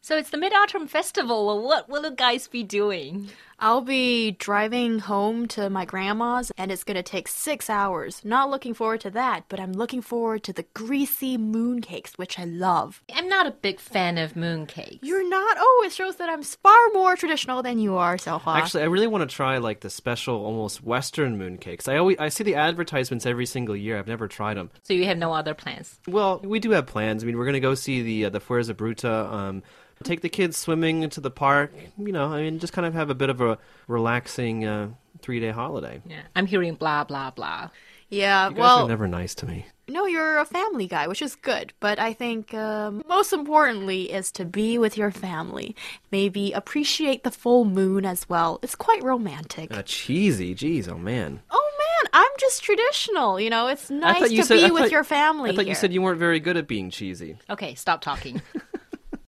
So it's the Mid Autumn Festival. Well, what will you guys be doing? I'll be driving home to my grandma's, and it's gonna take six hours. Not looking forward to that, but I'm looking forward to the greasy mooncakes, which I love. I'm not a big fan of mooncakes. You're not? Oh, it shows that I'm far more traditional than you are, Selha. Actually, I really want to try like the special, almost Western mooncakes. I always I see the advertisements every single year. I've never tried them. so you have no other plans. Well, we do have plans. I mean, we're gonna go see the uh, the Fuerza Bruta. Um, take the kids swimming into the park. You know, I mean, just kind of have a bit of a relaxing uh, three day holiday. Yeah. I'm hearing blah blah blah. yeah, You guys well, are never nice to me. no, you're a family guy, which is good, but I think um, most importantly is to be with your family. Maybe appreciate the full moon as well. It's quite romantic. Uh, cheesy, jeez, oh man. oh man, I'm just traditional. You know, it's I nice thought you to said- be I with thought- your family. I thought you here. said you weren't very good at being cheesy. Okay, stop talking.